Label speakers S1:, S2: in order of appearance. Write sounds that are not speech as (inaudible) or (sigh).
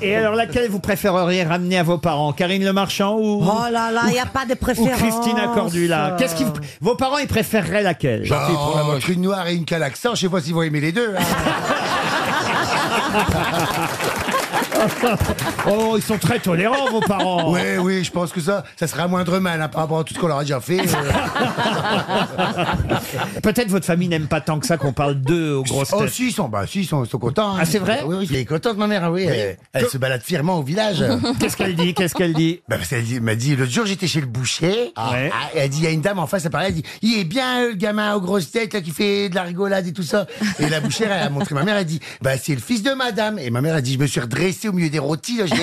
S1: Et alors,
S2: euh,
S1: laquelle vous préféreriez ramener à vos parents Karine Le Marchand ou,
S3: Oh là là, il n'y a pas de
S1: ou
S3: préférence.
S1: Christina Cordula Qu'est-ce qui vous- Vos parents, ils préféreraient laquelle
S2: Gentil pour la montre, Bah, une noire et une calaxan, je sais pas si vous aimez les deux. hein. (laughs)
S1: Oh, ils sont très tolérants, vos parents
S2: Oui, oui, je pense que ça, ça sera un moindre mal hein, par rapport à tout ce qu'on leur a déjà (laughs) fait. euh.
S1: Peut-être votre famille n'aime pas tant que ça qu'on parle d'eux aux grosses
S2: Oh,
S1: têtes.
S2: si, ils sont, bah, si, ils sont, ils sont contents. hein.
S1: Ah, c'est vrai
S2: Oui, oui, elle est contente, ma mère, ah oui. Elle, elle se balade fièrement au village.
S1: Qu'est-ce qu'elle dit Qu'est-ce qu'elle dit
S2: (laughs) Bah, parce qu'elle dit- elle m'a dit, l'autre jour, j'étais chez le
S1: Ouais.
S2: boucher. Ah, elle dit, il y a une dame en face, elle parlait, elle dit, il est bien, euh, le gamin aux grosses têtes, là, qui fait de la rigolade et tout ça. Et la bouchère, elle a montré ma mère, elle dit, bah, c'est le fils de madame. Et ma mère, elle dit, je me suis redressée au milieu des rôtis, là, j'ai